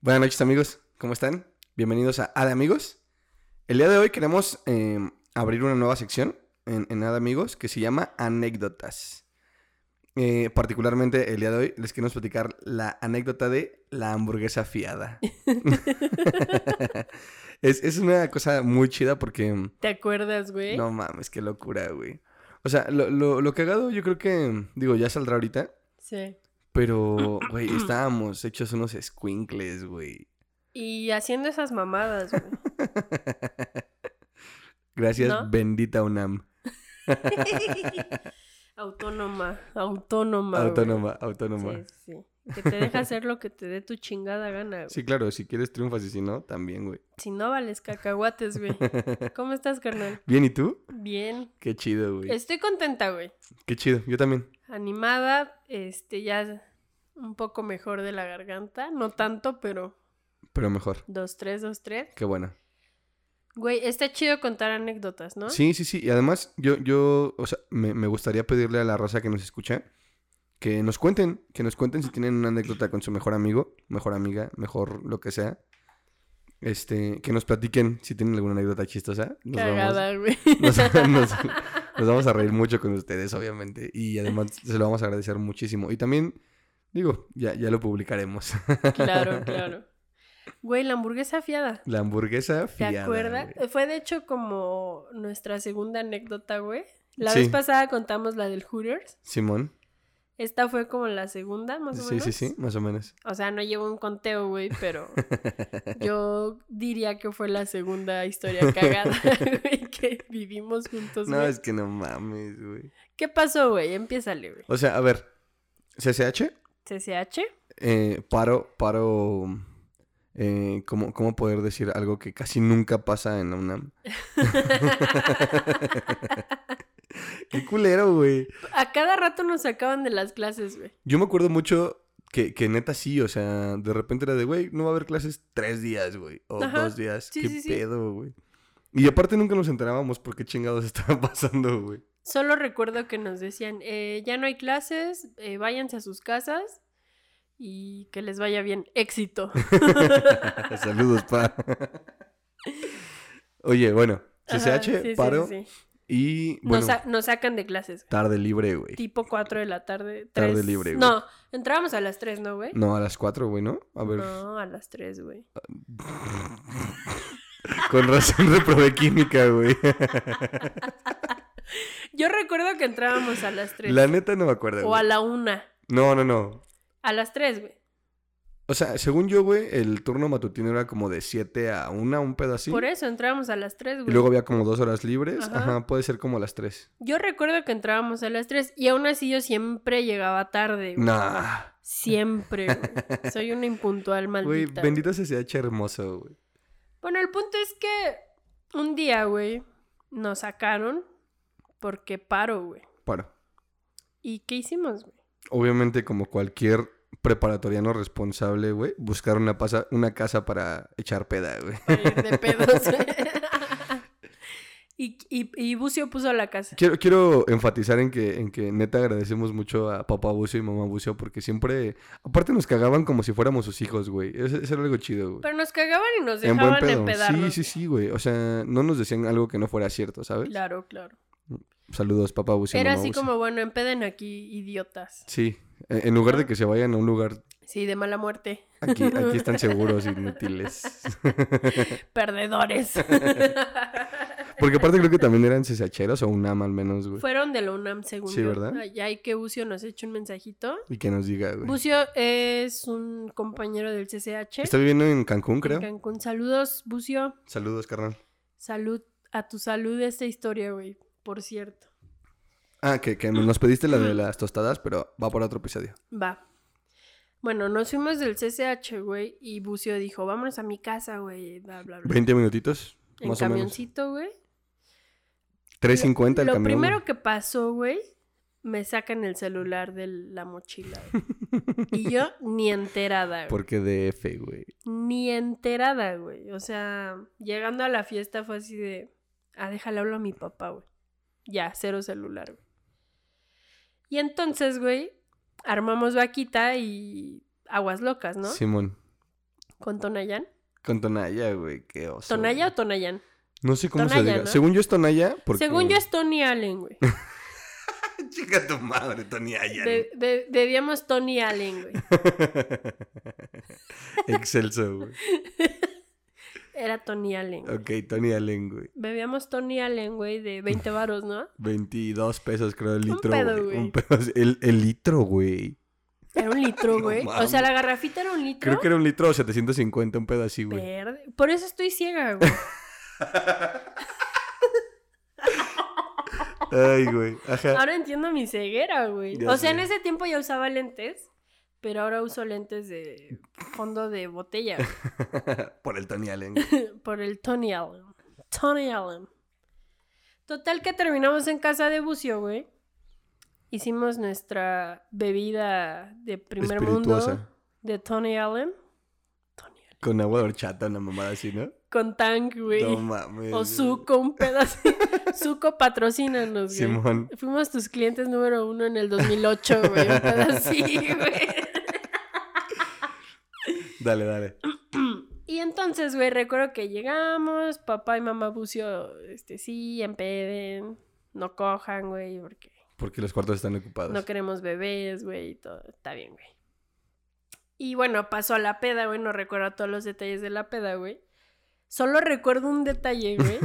Buenas noches amigos, ¿cómo están? Bienvenidos a Ad Amigos. El día de hoy queremos eh, abrir una nueva sección en, en Ad Amigos que se llama Anécdotas. Eh, particularmente el día de hoy les queremos platicar la anécdota de la hamburguesa fiada. es, es una cosa muy chida porque... em, ¿Te acuerdas, güey? No mames, qué locura, güey. O sea, lo, lo, lo cagado yo creo que, digo, ya saldrá ahorita, Sí. pero, güey, estábamos hechos unos squinkles, güey. Y haciendo esas mamadas, güey. Gracias, ¿No? bendita UNAM. autónoma, autónoma. güey. Autónoma, autónoma. Sí, sí, sí. Que te deja hacer lo que te dé tu chingada gana, güey. Sí, claro, si quieres triunfas y si no, también, güey. Si no vales cacahuates, güey. ¿Cómo estás, carnal? Bien, ¿y tú? Bien. Qué chido, güey. Estoy contenta, güey. Qué chido, yo también. Animada, este, ya un poco mejor de la garganta. No tanto, pero Pero mejor. dos, tres, dos, tres. Qué bueno. Güey, está chido contar anécdotas, ¿no? Sí, sí, sí. Y además, yo, yo, o sea, me, me gustaría pedirle a la raza que nos escucha que nos cuenten, que nos cuenten si tienen una anécdota con su mejor amigo, mejor amiga, mejor lo que sea. Este, que nos platiquen si tienen alguna anécdota chistosa. Nos vamos, Cagada, güey. nos, nos- nos vamos a reír mucho con ustedes, obviamente. Y además se lo vamos a agradecer muchísimo. Y también, digo, ya, ya lo publicaremos. Claro, claro. Güey, la hamburguesa fiada. La hamburguesa ¿Te fiada. acuerdas? güey. Fue de hecho como nuestra segunda anécdota, güey. La Sí. vez pasada contamos la del Hooters. Simón. Esta fue como la segunda, más o Sí, menos. sí, sí, más o menos. O sea, no llevo un conteo, güey, pero yo diría que fue la segunda historia cagada, güey, que vivimos juntos, No, güey. es que no mames, güey. ¿Qué pasó, güey? Empiézale, güey. O sea, a ver, CCH, CCH. eh, paro, paro, eh, ¿cómo, cómo poder decir algo que casi nunca pasa en la UNAM? Qué culero, güey. A cada rato nos sacaban de las clases, güey. Yo me acuerdo mucho que, que neta sí, o sea, de repente era de, güey, no va a haber clases tres días, güey, o Ajá, dos días. sí, Qué sí, sí. pedo, güey. Y aparte nunca nos enterábamos por qué chingados estaba pasando, güey. Solo recuerdo que nos decían, eh, ya no hay clases, eh, váyanse a sus casas y que les vaya bien. Éxito. Saludos, pa. Oye, bueno, CCH, Ajá, sí, sí, paro sí, sí. y bueno, Nos, sa- nos sacan de clases. tarde libre, güey. Tipo 4 de la tarde. Tarde tres. libre, güey. No, entrábamos a las 3, ¿no, güey? No, a las 4, güey, ¿no? A ver, No, a las 3, güey. con razón reprobé química, güey. Yo recuerdo que entrábamos a las 3. La neta no me acuerdo. O güey. a la 1. No, no, no. A las 3, güey. O sea, según yo, güey, el turno matutino era como de 7 a 1, un pedacito. Por eso entrábamos a las 3, Y güey. luego había como dos horas libres. Ajá. Ajá, puede ser como a las 3. Yo recuerdo que entrábamos a las 3 y aún así yo siempre llegaba tarde. güey. Nah. Siempre, güey. Soy una impuntual Güey, maldita. güey. bendito CCH hermoso, güey. Bueno, el punto es que un día, güey, nos sacaron porque paro, güey. Paro. ¿Y qué hicimos, güey? Obviamente, como cualquier preparatoriano responsable, güey, buscar una, pasa- una casa para echar peda, güey. Para ir de pedos. güey. y, y, y Bucio puso la casa. Quiero, quiero enfatizar en que, en que neta agradecemos mucho a papá Bucio y mamá Bucio porque siempre, aparte nos cagaban como si fuéramos sus hijos, güey. Eso, eso era algo chido, güey. Pero nos cagaban y nos dejaban Sí, empedarnos. sí, sí, güey. O sea, no nos decían algo que no fuera cierto, ¿sabes? Claro, claro. Saludos, papá Bucio. Era mamá así Bucio. como, bueno, empeden aquí, idiotas. Sí, e, en en lugar de que se vayan a un lugar, Sí, de mala muerte. aquí, aquí están seguros, inútiles. Perdedores. Porque aparte creo que también eran cesacheros o UNAM al menos, güey. Fueron de la UNAM, según Sí, yo. ¿verdad? Ay, ay, que Bucio nos eche un mensajito. Y que nos diga, güey. Bucio es un compañero del CCH. Está viviendo en Cancún, en creo. Cancún. Saludos, Bucio. Saludos, carnal. Salud a tu salud de esta historia, güey. Por cierto. Ah, que, que nos pediste la de las tostadas, pero va para otro episodio. Va. Bueno, nos fuimos del CCH, güey, y Bucio dijo, vámonos a mi casa, güey, bla, bla, bla. 20 minutitos, En más o menos. camioncito, güey. 3.50 el Lo camión. primero que pasó, güey, me sacan el celular de la mochila, güey. Y yo ni enterada, güey. Porque DF, güey. Ni enterada, güey. O sea, llegando a la fiesta fue así de, ah, déjale hablo a mi papá, güey. Ya, cero celular, güey. Y entonces, güey, armamos vaquita y aguas locas, ¿no? Simón. ¿Con Tonayán? Con Tonaya, güey, qué oso. ¿Tonaya o güey. Tonayán? No sé cómo se Tonaya, diga. ¿no? Según yo es Tonaya. Porque... Según yo es Tony Allen, güey. Chica tu madre, Tonaya. Be- be- bebíamos Tony Allen, güey. Excelso, güey. Era Tony Allen. güey. Ok, Tony Allen, güey. Bebíamos Tony Allen, güey, de 20 varos, ¿no? 22 pesos, creo, el Un litro. pedo, güey. güey. Un pedo así. El, el litro, güey. Era un litro, No güey. o mames. sea, la garrafita era un litro. Creo que era un litro o 750, un pedo así, güey. Verde. Por eso estoy ciega, güey. Ay, güey. Ajá. Ahora entiendo mi ceguera, güey. Ya O sé. sea, en ese tiempo ya usaba lentes, pero ahora uso lentes de fondo de botella, güey, Ah. Por el Tony Allen. güey. por el Tony Allen. Tony Allen. Total que terminamos en casa de Bucio, güey. Hicimos nuestra bebida de primer mundo Espirituosa. de Tony Allen. Tony Allen. Con agua de horchata, una mamada así, ¿no? Con Tank, güey. No mames. o güey. Zuko, un pedazo. Zuko, patrocínanos, güey. Simón. Fuimos tus clientes número uno en el 2008, güey. Un pedo así, güey. Dale, dale. Y entonces, güey, recuerdo que llegamos, papá y mamá bucio, este, sí, empeden, no cojan, güey, porque Porque los cuartos están ocupados. no queremos bebés, güey, y todo, está bien, güey. Y bueno, pasó a la peda, güey, no recuerdo todos los detalles de la peda, güey. Solo recuerdo un detalle, güey,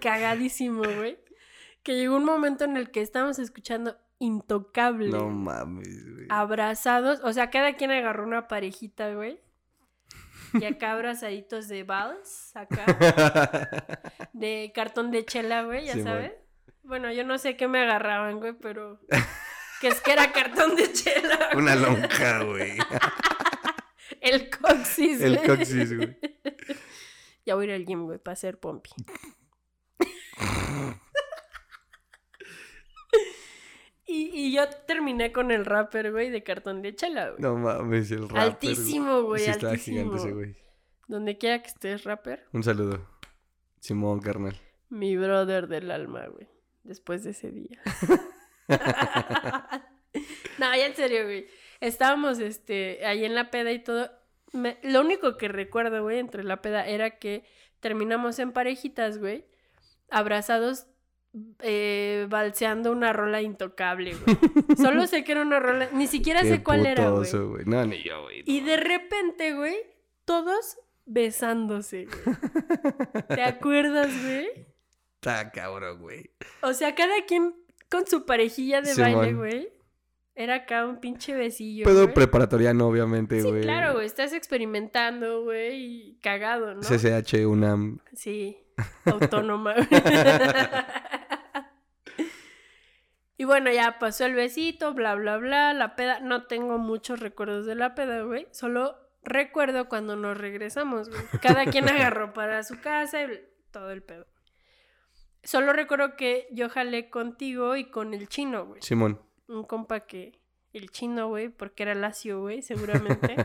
cagadísimo, güey, que llegó un momento en el que estábamos escuchando Intocable. no mames, güey. Ah. abrazados, o sea, cada quien agarró una parejita, güey. Y acá abrazaditos de vals, acá, de cartón de chela, güey, ya Simón. sabes. Bueno, yo no sé qué me agarraban, güey, pero que es que era cartón de chela. güey. Una lonja, güey. El coxis. El güey. coxis, güey. Ya voy a ir al gym, güey, para hacer pompi. y, y yo terminé con el rapper, güey, de cartón de chela, güey. No mames, el rapper. Altísimo, güey, Sí, estaba gigante ese altísimo. güey. Donde quiera que estés, rapper, Un saludo. Simón, carnal. mi brother del alma, güey. Después de ese día. no, ya en serio, güey. Estábamos, este, ahí en la peda y todo. Me- lo único que recuerdo, güey, entre la peda era que terminamos en parejitas, güey. Abrazados, eh, balseando una rola intocable, güey. Solo sé que era una rola, ni siquiera sé cuál era, güey. putoso, güey. No, ni yo, güey. Y de repente, güey, todos besándose, güey. ¿Te acuerdas, güey? Está cabrón, güey. O sea, cada quien con su parejilla de Simón. baile, güey. Era acá un pinche besillo. Pedo güey. preparatoriano, obviamente, Sí, güey. claro, güey. Estás experimentando, güey. Y cagado, ¿no? CCH, UNAM. Sí, autónoma. y bueno, ya pasó el besito, bla, bla, bla, la peda. No tengo muchos recuerdos de la peda, güey. Solo recuerdo cuando nos regresamos, güey. Cada quien agarró para su casa y bl- todo el pedo. Solo recuerdo que yo jalé contigo y con el chino, güey. Simón. Un compa que... El chino, güey, porque era lacio, güey, seguramente.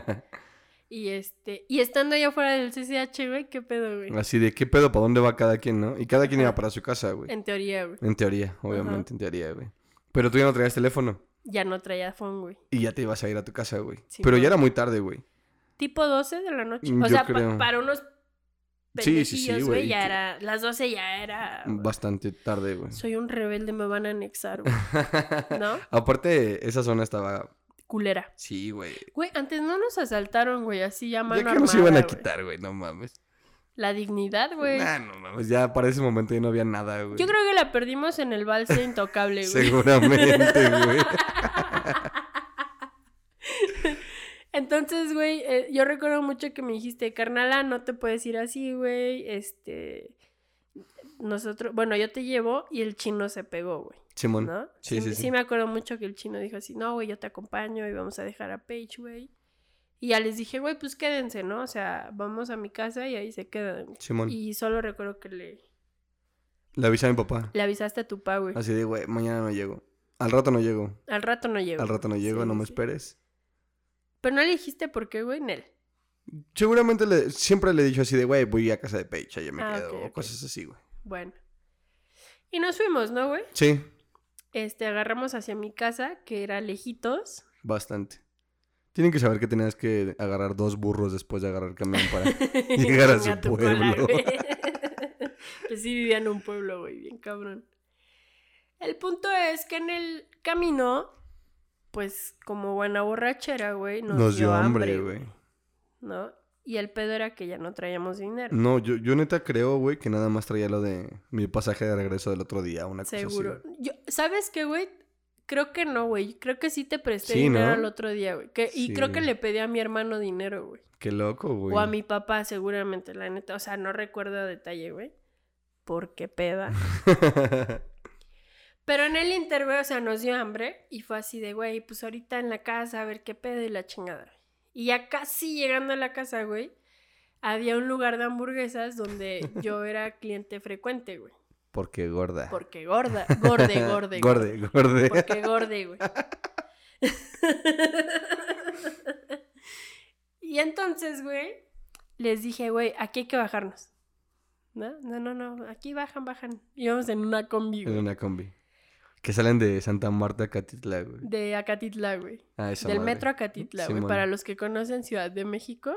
y este... Y estando allá afuera del CCH, güey, qué pedo, güey. Así de qué pedo, para dónde va cada quien, ¿no? Y cada quien Ajá. iba para su casa, güey. En teoría, güey. En teoría, obviamente, en teoría, güey. Pero tú ya no traías teléfono Ya no traía phone, güey. y ya te ibas a ir a tu casa, güey. Sí, Pero no. ya era muy tarde, güey. Tipo 12 de la noche. O Mm, Yo sea, pa- creo. para unos Sí, sí, sí, pendejillos, güey, güey, ya que- Mm, era... Las 12 ya era... güey. Bastante tarde, güey. Soy un rebelde, me van a anexar, güey. ¿No? Aparte, esa zona estaba. Culera. Sí, güey. Güey, antes no nos asaltaron, güey, así ya mano Ya que nos iban armada, a güey. quitar, güey, no mames. La dignidad, güey. Nah, no mames, ya para ese momento ya no había nada, güey. Yo creo que la perdimos en el balse intocable, güey. Seguramente, güey. Entonces, güey, eh, yo recuerdo mucho que me dijiste, carnala, no te puedes ir así, güey. Este. Nosotros. Bueno, yo te llevo y el chino se pegó, güey. Simón. ¿No? Sí, sí, sí. me acuerdo mucho que el chino dijo así, no, güey, yo te acompaño y vamos a dejar a Paige, güey. Y ya les dije, güey, pues quédense, ¿no? O sea, vamos a mi casa y ahí se quedan. Simón. Y solo recuerdo que le, Le avisé a mi papá. le avisaste a tu pa, güey. Así de, güey, mañana no llego. Al rato no llego. Al rato no llegó. Al rato no llego, Sí, no me sí. esperes. Pero no le dijiste por qué, güey, Nel. Seguramente le- siempre le he dicho así de, güey, voy a casa de Paige, allá me Ah, quedo. ok, o ok. cosas así, güey. Bueno. Y nos fuimos, ¿no, güey? Sí, Este, agarramos hacia mi casa, que era lejitos. bastante. Tienen que saber que tenías que agarrar dos burros después de agarrar camión para llegar a su Chinga tu cola, pueblo. güey. pues sí, vivía en un pueblo, güey, bien cabrón. El punto es que en el camino, pues como buena borrachera, güey, nos, dio, hambre, güey. ¿No? Y el pedo era que ya no traíamos dinero. No, yo, yo neta creo, güey, que nada más traía lo de mi pasaje de regreso del otro día, una cosa Seguro. así. Yo, ¿Sabes qué, güey? Creo que no, güey. Creo que sí te presté Sí, dinero ¿no? al otro día, güey. Que- Y Sí. creo que le pedí a mi hermano dinero, güey. Qué loco, güey. O a mi papá, seguramente, la neta. O sea, no recuerdo a detalle, güey. Porque peda. Pero en el inter, güey, o sea, nos dio hambre. Y fue así de, güey, pues ahorita en la casa, a ver qué pedo y la chingada. Y ya casi llegando a la casa, güey, había un lugar de hamburguesas donde yo era cliente frecuente, güey. Porque gorda. Porque gorda, gorde, gorde. güey. Gorde, gorde. Porque gorde, güey. y entonces, güey, les dije, güey, aquí hay que bajarnos. No, no, no, no, aquí bajan, bajan. Íbamos en una combi, En güey, una combi. Que salen de Santa Marta a Catitla, güey. de Acatitla, güey. Ah, esa Del madre. metro Acatitla, güey. Simón. Para los que conocen Ciudad de México.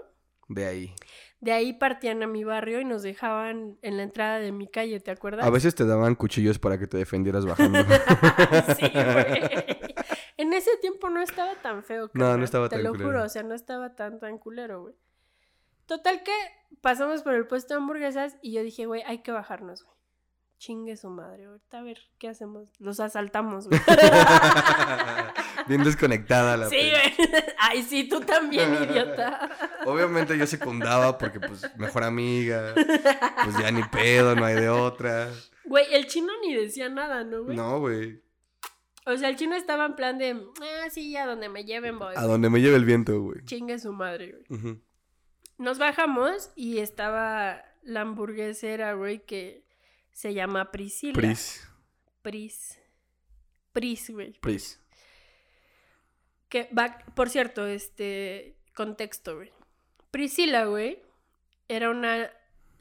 De ahí. De ahí partían a mi barrio y nos dejaban en la entrada de mi calle, ¿te acuerdas? A veces te daban cuchillos para que te defendieras bajando. sí, güey. En ese tiempo no estaba tan feo. cabrón, no estaba Te tan lo culero. juro, o sea, no estaba tan, tan culero, güey. Total que pasamos por el puesto de hamburguesas y yo dije, güey, hay que bajarnos, güey. Chingue su madre, ahorita a ver qué hacemos. Los asaltamos, güey. Bien desconectada la sí, peli. güey. Ay, sí, tú también, idiota. Obviamente yo secundaba porque, pues, mejor amiga. Pues ya ni pedo, no hay de otra. Güey, el chino ni decía nada, ¿no, güey? No, güey. O sea, el chino estaba en plan de, ah, sí, a donde me lleven, voy. A donde me lleve el viento, güey. Chingue su madre, güey. Ujú. Nos bajamos y estaba la hamburguesera, güey, que se llama Priscila. Pris. Pris. Pris, güey. Pris. Que va, por cierto, este contexto, güey. Priscila, güey, era una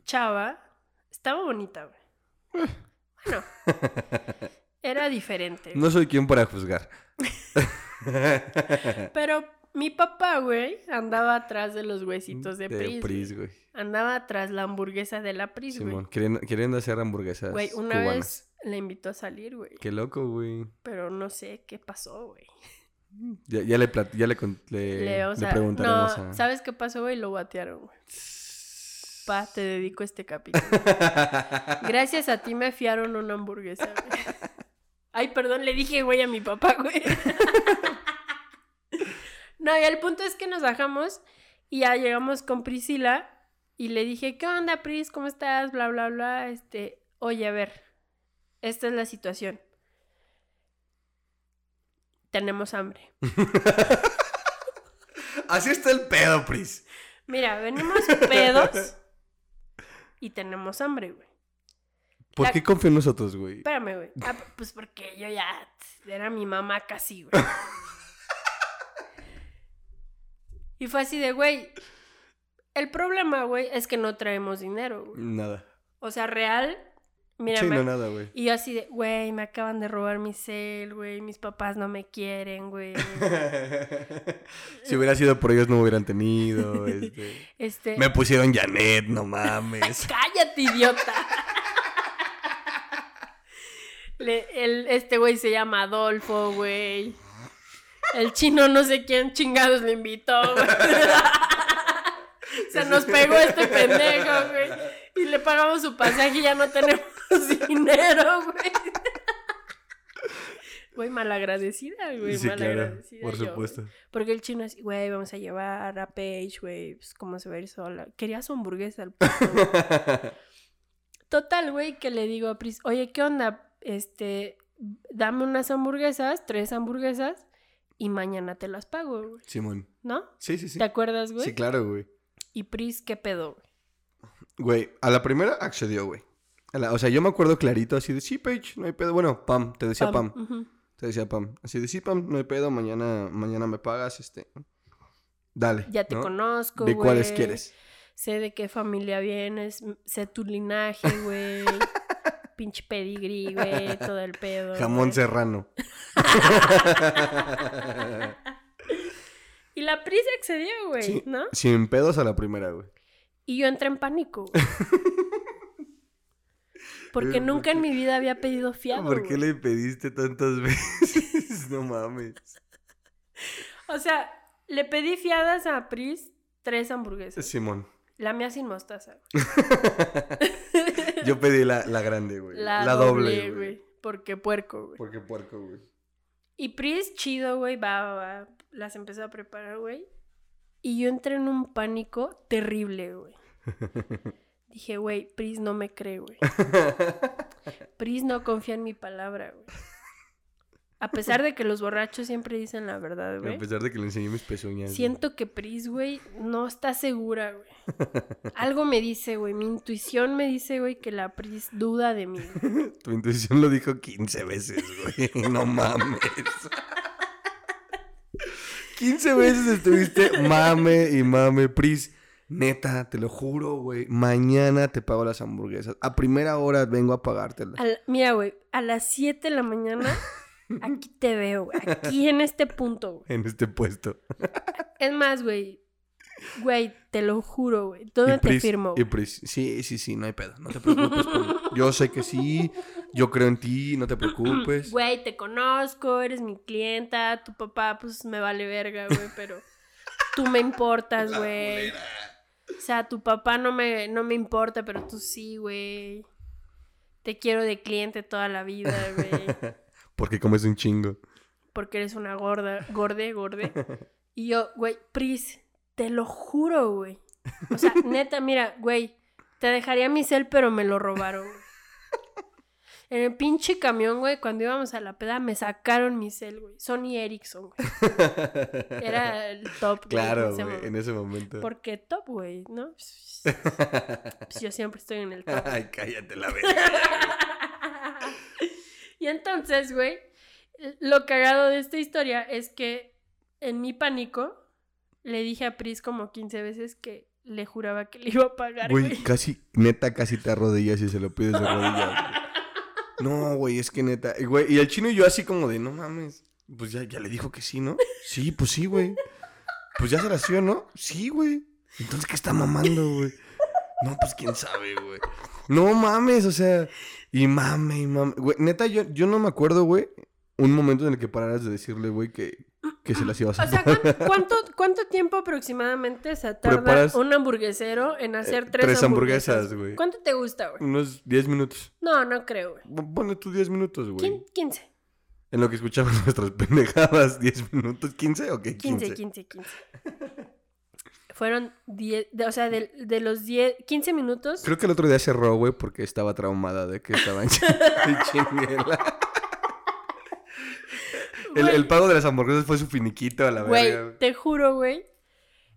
chava, estaba bonita, güey. Bueno, era diferente. No soy quien para juzgar. Pero mi papá, güey, andaba atrás de los huesitos de, Pris. güey. Mm, güey. Andaba atrás la hamburguesa de la Pris, güey. Simón, queriendo, queriendo hacer hamburguesas Güey, una cubanas. vez la invitó a salir, güey. Qué loco, güey. Pero no sé qué pasó, güey. Ya, ya le, plat- ya le, con- le, Le, o le sea, preguntaremos no, a... ¿sabes qué pasó, güey? Lo batearon, güey. Pa, te dedico este capítulo. Gracias a ti me fiaron una hamburguesa, güey. Ay, perdón, le dije, güey, a mi papá, güey. No, y el punto es que nos bajamos y ya llegamos con Priscila y le dije, ¿qué onda, Pris? ¿Cómo estás? Bla, bla, bla. Este, oye, a ver, esta es la situación. Tenemos hambre. Así está el pedo, Pris. Mira, venimos pedos y tenemos hambre, güey. ¿Por La- qué confía en nosotros, güey? Espérame, güey. Ah, p- pues porque yo ya era mi mamá casi, güey. Y fue así de, güey. El problema, güey, es que no traemos dinero, güey. Nada. O sea, real. Mira, sí, me- no, nada, güey. y yo así de, güey, me acaban de robar mi cel, güey. Mis papás no me quieren, güey. si hubiera sido por ellos no me hubieran tenido. este. Este. Me pusieron Janet, no mames. Pues Cállate, idiota. Le- el- este güey se llama Adolfo, güey. El chino no sé quién chingados le invitó, güey. Se nos pegó este pendejo, güey. Y le pagamos su pasaje y ya no tenemos dinero, güey. Güey, malagradecida, güey. sí, claro, malagradecida por yo, güey. supuesto. Porque el chino es, güey, vamos a llevar a Paige, güey, pues cómo se va a ir sola. Quería su hamburguesa al puto, güey. Total, güey, que le digo a Pris, oye, ¿qué onda? Este, dame unas hamburguesas, tres hamburguesas, y mañana te las pago, güey. Simón. ¿No? Sí, sí, sí. ¿Te acuerdas, güey? Sí, claro, güey. Y Pris, ¿qué pedo, güey? Güey, a la primera accedió, güey. A la- o sea, yo me acuerdo clarito así de, sí, Paige, no hay pedo. Bueno, Pam, te decía Pam. ujú. Te decía Pam. Así de, sí, Pam, no hay pedo, mañana, mañana me pagas, este. Dale. Ya te ¿no? conozco, güey. De cuáles quieres. Sé de qué familia vienes, m- sé tu linaje, güey. Pinche pedigrí, güey, todo el pedo. Jamón güey. serrano. Y Y la prisa excedió, güey, Sí. ¿no? Sin pedos a la primera, güey. Y yo entré en pánico. güey. Porque Pero, nunca en mi vida había pedido fiado. ¿Por qué güey. le pediste tantas veces? no mames. O sea, le pedí fiadas a Pris tres hamburguesas. Simón. La mía sin mostaza. güey. Yo pedí la, la grande, güey. La, La, doble, güey. güey. Porque puerco, güey. Porque puerco, güey. Y Pris, chido, güey, va, va, va. Las empezó a preparar, güey. Y yo entré en un pánico terrible, güey. Dije, güey, Pris no me cree, güey. Pris no confía en mi palabra, güey. A pesar de que los borrachos siempre dicen la verdad, A güey. pesar de que le enseñé mis pezuñas. güey. ¿Eh? Siento que Pris, güey, no está segura, güey. Algo me dice, güey. Mi intuición me dice, güey, que la Pris duda de mí. güey. Tu intuición lo dijo 15 veces, güey. No mames. 15 veces estuviste mame y mame, Pris. Neta, te lo juro, güey. Mañana te pago las hamburguesas. A primera hora vengo a pagártelas. A la- mira, güey, a las 7 de la mañana, aquí te veo, güey. Aquí en este punto, güey. En este puesto. Es más, güey. Güey, te lo juro, güey. ¿Dónde Y te Pris- firmo? Y güey? Pris, sí, sí, sí, no hay pedo. No te preocupes. Pris. Yo sé que sí. Yo creo en ti, no te preocupes. Güey, te conozco, eres mi clienta, tu papá, pues me vale verga, güey, pero tú me importas, güey. O sea, tu papá no me, no me importa, pero tú sí, güey. Te quiero de cliente toda la vida, güey. Porque comes un chingo. Porque eres una gorda, gorde, gorde. Y yo, güey, Pris, te lo juro, güey. O sea, neta, mira, güey, te dejaría mi cel, pero me lo robaron. güey. En el pinche camión, güey, cuando íbamos a la peda, me sacaron mi cel, güey. Sony Ericsson, güey. Era el top, güey, en Claro, ese güey, en momento. ese momento. Porque top, güey, ¿no? Pues yo siempre estoy en el top. Ay, cállate la verga. y entonces, güey, lo cagado de esta historia es que en mi pánico le dije a Pris como 15 veces que le juraba que le iba a pagar, güey. Güey, casi, neta, casi te arrodillas y se lo pides de rodillas. güey. No, güey, es que neta. Y, Güey, y el chino y yo así como de, no mames. Pues ya, ya le dijo que sí, ¿no? Sí, pues sí, güey. Pues ya se la dio, ¿no? Sí, güey. Entonces, ¿qué está mamando, güey? No, pues quién sabe, güey. No mames, o sea. Y mame, y mame. Güey, neta, yo, yo no me acuerdo, güey, un momento en el que pararas de decirle, güey, que, que se las ibas a O sea, ¿cuán- ¿cuánto, cuánto tiempo aproximadamente se tarda Preparas, un hamburguesero en hacer eh, tres, tres hamburguesas, hamburguesas, güey. ¿Cuánto te gusta, güey? Unos 10 minutos. No, no creo, güey. Pone tú 10 minutos, güey. Quin- 15, En lo que escuchamos nuestras pendejadas, 10 minutos, 15 o qué? 15, 15, 15. Fueron 10, de- o sea, de, de los 10, 15 minutos. Creo que el otro día cerró, güey, porque estaba traumada de que estaba en chinguela. El, güey. el pago de las hamburguesas fue su finiquito a la Güey, verga. te juro, güey.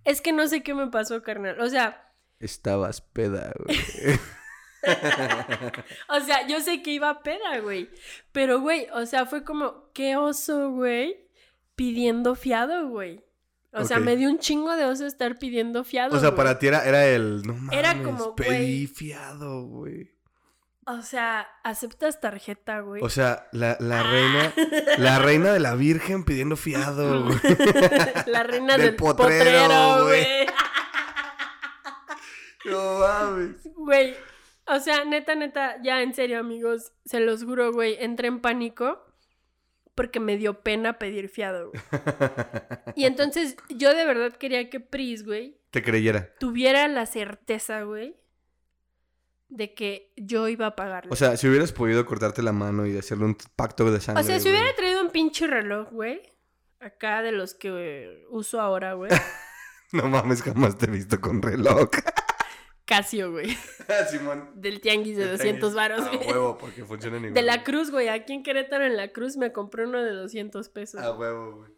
Es que no sé qué me pasó, carnal. O sea, Estabas peda, güey. o sea, yo sé que iba a peda, güey. Pero, güey, o sea, fue como, qué oso, güey, pidiendo fiado, güey. O sea, Ok. me dio un chingo de oso estar pidiendo fiado. O sea, güey. para ti era, era el. No mames, Era como, pedí güey. fiado, güey. O sea, aceptas tarjeta, güey. O sea, la, la Ah. reina. La reina de la virgen pidiendo fiado, güey. La reina del del, potrero, potrero, güey. güey. No mames. Güey, o sea, neta, neta, ya en serio, amigos, se los juro, güey, entré en pánico porque me dio pena pedir fiado, güey. Y entonces yo de verdad quería que Pris, güey, Te creyera. tuviera la certeza, güey, de que yo iba a pagarle. O sea, si hubieras podido cortarte la mano y hacerle un pacto de sangre. O sea, si güey. hubiera traído un pinche reloj, güey, acá de los que eh, uso ahora, güey, No mames, jamás te he visto con reloj. Casio, güey, Simón. del tianguis de 200 varos, A güey. Ah, huevo, porque funciona igual. De la cruz, güey, aquí en Querétaro, en la cruz, me compré uno de 200 pesos. A huevo, güey.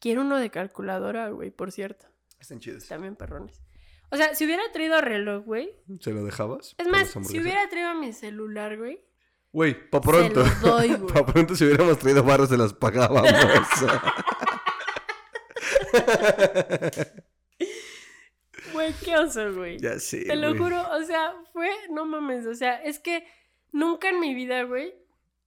Quiero uno de calculadora, güey, por cierto. Están chidos. También perrones. O sea, si hubiera traído reloj, güey. ¿Se lo dejabas? Es Para más, las hamburguesas. si hubiera traído mi celular, güey. Güey, pa' pronto. Se lo doy, güey. Pa' pronto si hubiéramos traído barros se las pagábamos. Güey, qué oso, güey. ya sé, Te lo güey. juro, o sea, fue, no mames, o sea, es que nunca en mi vida, güey,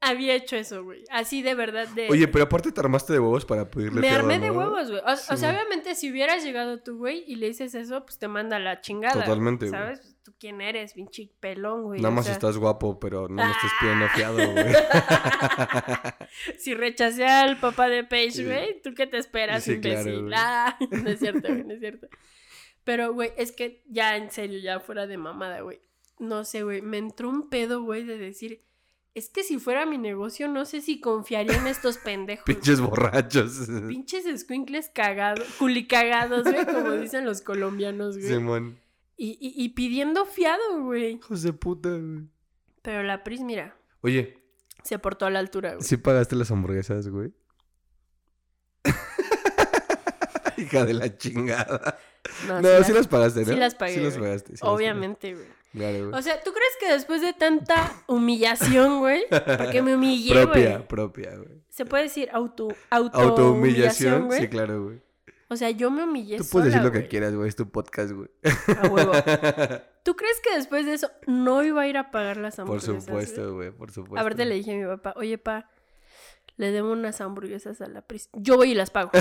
había hecho eso, güey. Así de verdad de... Oye, pero aparte te armaste de huevos para pedirle me perdón, armé de ¿no? huevos, güey. O, o Sí, sea, güey. obviamente si hubieras llegado tú, güey, y le dices eso, pues te manda la chingada. güey, Totalmente, güey. ¿Sabes? Pues, ¿Tú quién eres? Pinche pelón, güey. Nada o más sea, estás guapo, pero no me estés pidiendo fiado, güey. Ah. Si rechacé al papá de Paige, Sí. güey, ¿tú qué te esperas, Sí, claro, imbécil? güey. Ah, no es cierto, güey, no es cierto. Pero, güey, es que ya en serio, ya fuera de mamada, güey. No sé, güey, me entró un pedo, güey, de decir, es que si fuera mi negocio, no sé si confiaría en estos pendejos. Pinches borrachos. Pinches escuincles cagados, culicagados, güey, como dicen los colombianos, güey. Simón. Y, y- y pidiendo fiado, güey. Hijos de puta, güey. Pero la Pris, mira, Oye, se portó a la altura, güey. ¿sí pagaste las hamburguesas, güey? Hija de la chingada. No, No, sí sí las las- pagaste, ¿no? sí las pagué, Sí las güey. pagaste. sí las pagaste. Obviamente, güey. Claro, güey. O sea, ¿tú crees que después de tanta humillación, güey? Porque me humillé, propia, güey. propia, güey. Se puede decir auto, auto, Autohumillación, güey. sí, claro, güey. O sea, yo me humillé. Tú puedes decir sola, lo que güey. quieras, güey, es tu podcast, güey. A huevo. ¿Tú crees que después de eso no iba a ir a pagar las Por hamburguesas? supuesto, güey, por supuesto. A ver, le dije a mi papá, oye, pa, le debo unas hamburguesas a la Pris. Yo voy y las pago.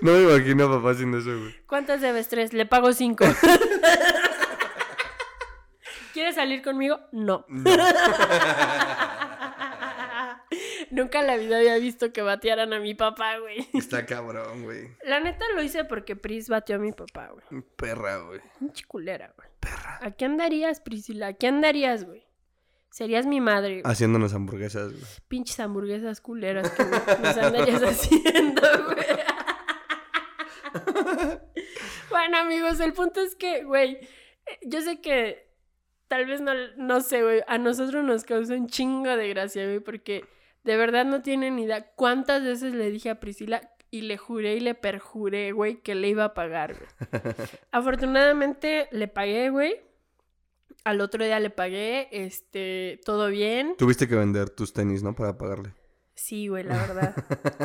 No me imagino a papá haciendo eso, güey. ¿Cuántas debes? Tres. Le pago cinco. ¿Quieres salir conmigo? No. Nunca en la vida había visto que batearan a mi papá, güey. Está cabrón, güey. La neta lo hice porque Pris bateó a mi papá, güey. Perra, güey. Pinche culera, güey. Perra. ¿A qué andarías, Priscila? ¿A qué andarías, güey? Serías mi madre. güey. Haciéndonos hamburguesas, güey. Pinches hamburguesas culeras que nos andarías haciendo, güey. bueno, amigos, el punto es que, güey, eh, yo sé que tal vez no, no sé, güey, a nosotros nos causa un chingo de gracia, güey, porque de verdad no tienen ni idea cuántas veces le dije a Priscila y le juré y le perjuré, güey, que le iba a pagar, güey. Afortunadamente le pagué, güey. Al otro día le pagué, este, todo bien. Tuviste que vender tus tenis, ¿no? Para pagarle. Sí, güey, la verdad.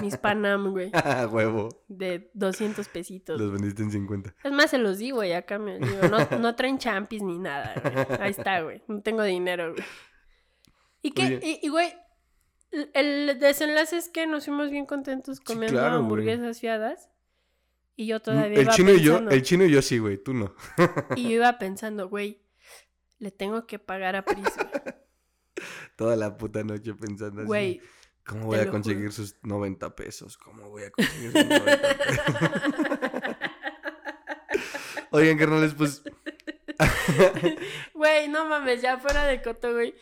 Mis Panam, güey, Huevo. de 200 pesitos. Los vendiste en 50. Es más, se los di, güey, acá me digo, no, no traen champis ni nada, güey. Ahí está, güey. No tengo dinero, güey. Y que, Oye. y, y, güey, l- el desenlace es que nos fuimos bien contentos comiendo claro, güey. hamburguesas fiadas. Y yo todavía el iba chino y yo, pensando, el chino y yo sí, güey, tú no. y yo iba pensando, güey, le tengo que pagar a Pris, güey. Toda la puta noche pensando así. güey. ¿Cómo voy te a lo conseguir sus 90 pesos? ¿Cómo voy a conseguir sus 90 pesos? Oigan, carnales, pues Güey, no mames, ya fuera de coto, güey.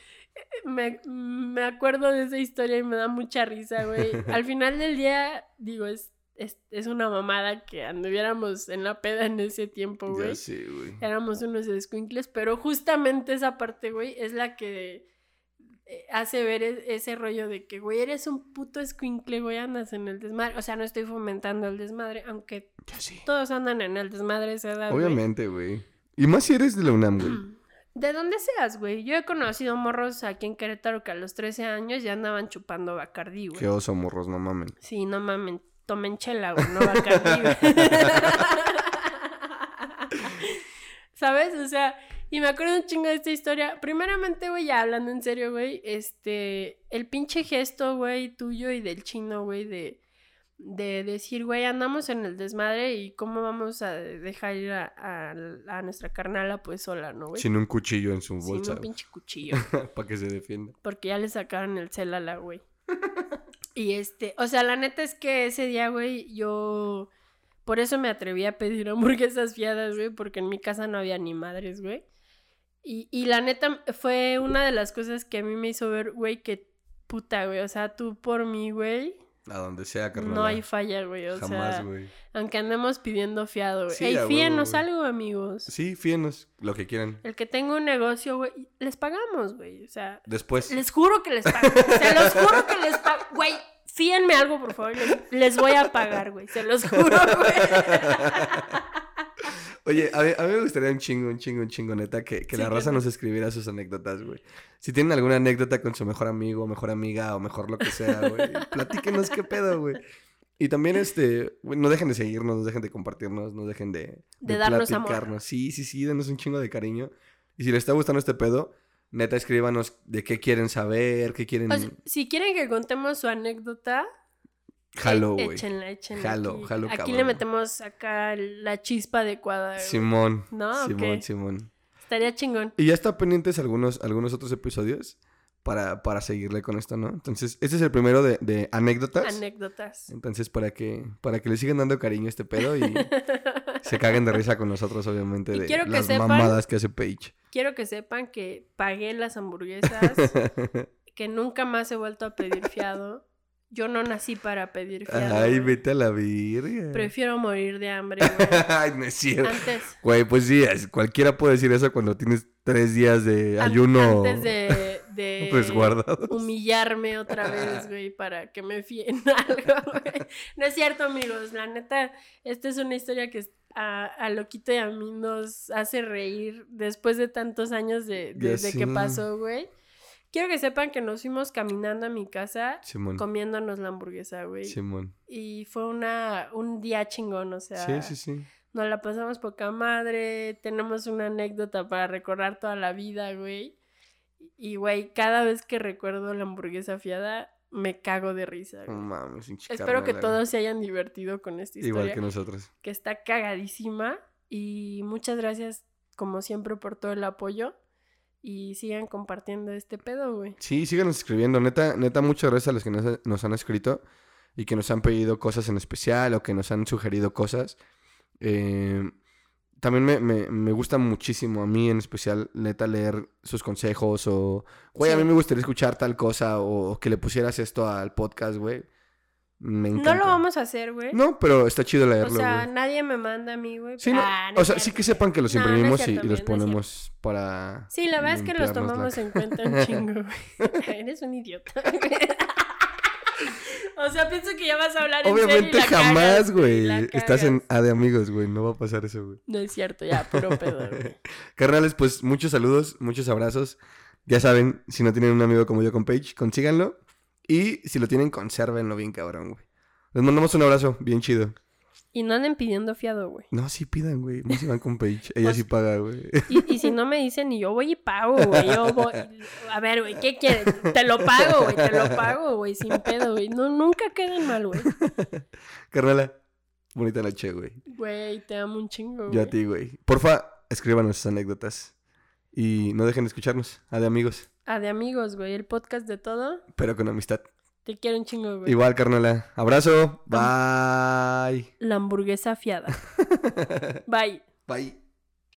Me, me acuerdo de esa historia y me da mucha risa, güey. Al final del día, digo, es, es, es una mamada que anduviéramos en la peda en ese tiempo, güey. ya sí, güey. Éramos unos escuincles, pero justamente esa parte, güey, es la que eh, hace ver e- ese rollo de que, güey, eres un puto escuincle, güey, andas en el desmadre. O sea, no estoy fomentando el desmadre, aunque Ya sí. todos andan en el desmadre a esa edad, güey. Obviamente, güey. Y más si eres de la UNAM, güey. De donde seas, güey. Yo he conocido morros aquí en Querétaro que a los 13 años ya andaban chupando Bacardí, güey. Qué oso, morros, no mamen. Sí, no mamen, tomen chela, güey, no Bacardí, güey. ¿Sabes? O sea, y me acuerdo un chingo de esta historia. Primeramente, güey, ya hablando en serio, güey, este, el pinche gesto, güey, tuyo y del chino, güey, de, de decir, güey, andamos en el desmadre y cómo vamos a dejar ir a, a- a nuestra carnala, pues sola, ¿no, güey? Sin un cuchillo en su bolsa, Sin un pinche cuchillo. para que se defienda. Porque ya le sacaron el cel a la güey. Y este, o sea, la neta es que ese día, güey, yo. Por eso me atreví a pedir hamburguesas fiadas, güey, porque en mi casa no había ni madres, güey. Y, y la neta fue una de las cosas que a mí me hizo ver, güey, que puta, güey. O sea, tú por mí, güey, A donde sea, carnal. no hay falla, güey. O sea, Jamás, güey. aunque andemos pidiendo fiado, güey. Sí, Ey, a huevo, fíenos güey. algo, amigos. Sí, fíenos lo que quieran. El que tenga un negocio, güey, les pagamos, güey. O sea, Después. les juro que les pago. Se los juro que les pago. Güey, fíenme algo, por favor. Les, les voy a pagar, güey. Se los juro, güey. Oye, a mí, a mí me gustaría un chingo, un chingo, un chingo, neta, que, que Sí, la raza claro. nos escribiera sus anécdotas, güey. Si tienen alguna anécdota con su mejor amigo, mejor amiga o mejor lo que sea, güey, platíquenos qué pedo, güey. Y también, este, güey, no dejen de seguirnos, no dejen de compartirnos, no dejen de, De darnos amor. platicarnos. Sí, sí, sí, denos un chingo de cariño. Y si les está gustando este pedo, Neta, escríbanos de qué quieren saber, qué quieren. O sea, si quieren que contemos su anécdota, eh, Jalo, güey. échenla, échenla. Jalo, aquí. jalo, Aquí le cabrón. metemos acá la chispa adecuada. güey. Simón. No, Simón, ok. Simón. Estaría chingón. Y ya está pendientes algunos, algunos otros episodios para, para seguirle con esto, ¿no? Entonces, este es el primero de, de anécdotas. Anécdotas. Entonces, para que, para que le sigan dando cariño a este pedo y se caguen de risa con nosotros, obviamente, Y de quiero que las sepan- mamadas que hace Paige. Quiero que sepan que pagué las hamburguesas, que nunca más he vuelto a pedir fiado. Yo no nací para pedir fiado. Ay, güey. vete a la virgen. Prefiero morir de hambre, güey. Ay, no es cierto. Antes, Güey, pues sí, es- cualquiera puede decir eso cuando tienes tres días de an- ayuno pues antes de, de resguardado. humillarme otra vez, güey, para que me fíen algo, güey. No es cierto, amigos. La neta, esta es una historia que a, a Loquito y a mí nos hace reír después de tantos años de, Ya desde que sé. pasó, güey. Quiero que sepan que nos fuimos caminando a mi casa Simón, comiéndonos la hamburguesa, güey. Simón. Y fue una, un día chingón, o sea. Sí, sí, sí. Nos la pasamos poca madre, tenemos una anécdota para recordar toda la vida, güey. Y, güey, cada vez que recuerdo la hamburguesa fiada, me cago de No risa. güey. mames, pinche Espero que carnala, güey. todos se hayan divertido con esta historia, Mm, Igual que que, nosotros. está cagadísima. Y muchas gracias, como siempre, por todo el apoyo. Y sigan compartiendo este pedo, güey. Sí, síganos escribiendo. Neta, neta, muchas gracias a los que nos, nos han escrito y que nos han pedido cosas en especial o que nos han sugerido cosas. Eh, también me, me- me gusta muchísimo a mí en especial, neta, leer sus consejos o, güey, a Sí. mí me gustaría escuchar tal cosa o, que le pusieras esto al podcast, güey. Me encanta. No lo vamos a hacer, güey. No, pero está chido o leerlo, sea, güey. nadie me manda a mí, güey. Sí, no, Ah, no o es sea, sí cierto. que sepan que los No, no es imprimimos y, cierto, y los amigo, no es ponemos para... Sí, la verdad es que los limpiarnos la tomamos en cuenta un chingo, güey. Eres un idiota. güey. o sea, pienso que ya vas a hablar en serio y Obviamente la cagas, jamás, güey. la Estás en cagas. A de amigos, güey. No va a pasar eso, güey. No es cierto, ya, puro pedo, güey. Carnales, pues muchos saludos, muchos abrazos. Ya saben, si no tienen un amigo como yo con Paige, consíganlo. Y si lo tienen, consérvenlo bien, cabrón, güey. Les mandamos un abrazo, bien chido. Y no anden pidiendo fiado, güey. No, sí pidan, güey. No se van con Paige. Ella Pues- sí paga, güey. Y, y si no me dicen, y yo voy y pago, güey. Yo voy. A ver, güey, ¿qué quieres? Te lo pago, güey. Te lo pago, güey, sin pedo, güey. No, nunca queden mal, güey. Carnala, bonita noche, güey. Güey, te amo un chingo, güey. Yo a ti, güey. Porfa, escríbanos sus anécdotas. Y no dejen de escucharnos. A de amigos, Ah, de amigos, güey. El podcast de todo. pero con amistad. Te quiero un chingo, güey. Igual, carnala. Abrazo. Bye. La hamburguesa fiada. Bye. Bye.